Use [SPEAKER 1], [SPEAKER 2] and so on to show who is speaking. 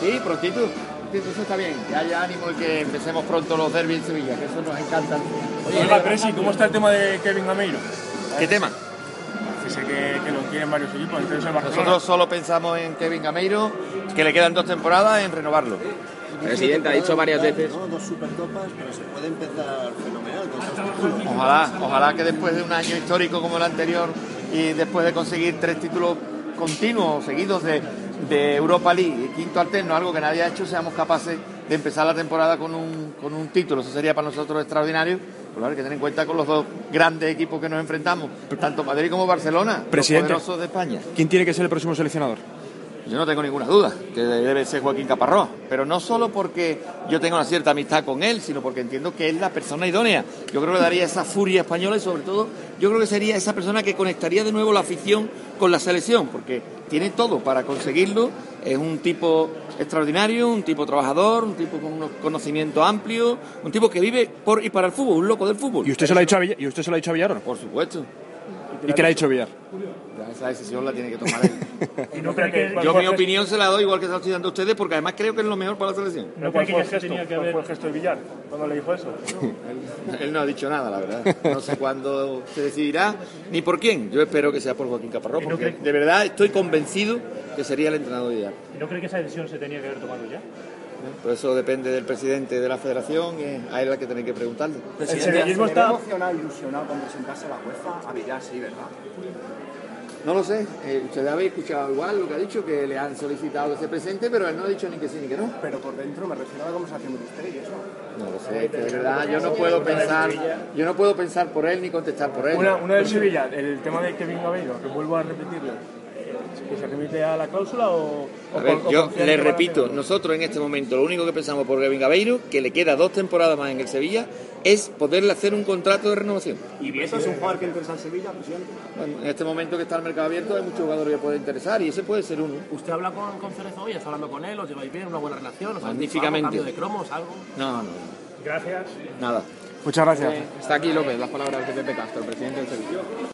[SPEAKER 1] Sí, prontitud. Sí, Eso está bien, que haya ánimo y que empecemos pronto los derbis en Sevilla, que eso nos encanta.
[SPEAKER 2] Oye, Presi, ¿cómo está el tema de Kevin Gameiro?
[SPEAKER 1] ¿Qué tema?
[SPEAKER 2] Que sé que, que lo quieren varios equipos, entonces el Barcelona.
[SPEAKER 1] Nosotros solo pensamos en Kevin Gameiro, que le quedan dos temporadas en renovarlo.
[SPEAKER 3] Presidente, ha dicho varias veces.
[SPEAKER 4] No, dos supercopas, pero se puede empezar fenomenal. con dos títulos.
[SPEAKER 1] Ojalá, ojalá que después de un año histórico como el anterior y después de conseguir tres títulos continuos, seguidos de, de Europa League y quinto alterno, algo que nadie ha hecho, seamos capaces de empezar la temporada con un, con un título. Eso sería para nosotros extraordinario. Pero hay que tener en cuenta con los dos grandes equipos que nos enfrentamos, tanto Madrid como Barcelona,
[SPEAKER 2] Presidente.
[SPEAKER 1] los poderosos de España.
[SPEAKER 2] ¿Quién tiene que ser el próximo seleccionador?
[SPEAKER 1] Yo no tengo ninguna duda que debe ser Joaquín Caparrós, pero no solo porque yo tengo una cierta amistad con él, sino porque entiendo que es la persona idónea. Yo creo que daría esa furia española y sobre todo yo creo que sería esa persona que conectaría de nuevo la afición con la selección, porque tiene todo para conseguirlo. Es un tipo extraordinario, un tipo trabajador, un tipo con unos conocimientos amplios, un tipo que vive por y para el fútbol, un loco del fútbol.
[SPEAKER 2] ¿Y usted se lo ha dicho a Villar, ¿y usted se lo ha dicho a Villar o no?
[SPEAKER 1] Por supuesto,
[SPEAKER 2] ¿Y qué le ha dicho Villar?
[SPEAKER 1] esa decisión la tiene que tomar él.
[SPEAKER 5] ¿Y no cree que,
[SPEAKER 1] Yo mi opinión se la doy igual que se la estoy dando a ustedes, porque además creo que es lo mejor para la selección.
[SPEAKER 5] no cree que ya se tenía que haber... fue el gesto de Villar cuando le dijo eso?
[SPEAKER 1] Él no ha dicho nada, la verdad. No sé cuándo se decidirá ni por quién. Yo espero que sea por Joaquín Caparrós,
[SPEAKER 5] ¿Y no
[SPEAKER 1] porque
[SPEAKER 5] cree-
[SPEAKER 1] de verdad estoy convencido que sería el entrenador ideal.
[SPEAKER 5] ¿Y no cree que esa decisión se tenía que haber tomado ya?
[SPEAKER 1] Pero eso depende del presidente de la federación, eh, a él es la que tenéis que preguntarle.
[SPEAKER 5] El sevillismo está...
[SPEAKER 6] emocionado, ilusionado con presentarse a la UEFA a Villar, sí, ¿verdad?
[SPEAKER 1] No lo sé, eh, ustedes habéis escuchado igual lo que ha dicho, que le han solicitado que se presente, pero él no ha dicho ni que sí ni que no.
[SPEAKER 6] Pero por dentro me refiero a la conversación de ustedes y eso.
[SPEAKER 1] No lo sé, es que de verdad yo no puedo pensar, yo no puedo pensar por él ni contestar por él.
[SPEAKER 2] Una, una del Sevilla, el tema de Kevin Gameiro, que vuelvo a repetirlo. ¿Que se remite a la cláusula o.? o
[SPEAKER 1] A ver,
[SPEAKER 2] con- o
[SPEAKER 1] yo
[SPEAKER 2] confía en
[SPEAKER 1] les
[SPEAKER 2] que van a
[SPEAKER 1] repito,
[SPEAKER 2] hacer?
[SPEAKER 1] nosotros en este momento lo único que pensamos por Kevin Gabeiro, que le queda dos temporadas más en el Sevilla, es poderle hacer un contrato de renovación.
[SPEAKER 6] ¿Y Vieto es un jugador que interesa al Sevilla, pues presidente?
[SPEAKER 1] Bueno, en este momento que está el mercado abierto hay muchos jugadores que pueden interesar y ese puede ser uno.
[SPEAKER 7] ¿Usted habla con, con Cerezo hoy? ¿Está hablando con él? ¿Os lleváis bien? ¿Una buena relación? ¿Os habéis dicho
[SPEAKER 1] Magníficamente.
[SPEAKER 7] algo? ¿Cambio de cromos? ¿Algo?
[SPEAKER 1] No, no,
[SPEAKER 5] Gracias.
[SPEAKER 1] nada.
[SPEAKER 2] Muchas gracias. Eh,
[SPEAKER 3] Está aquí López, las palabras de Pepe Castro, presidente del Sevilla.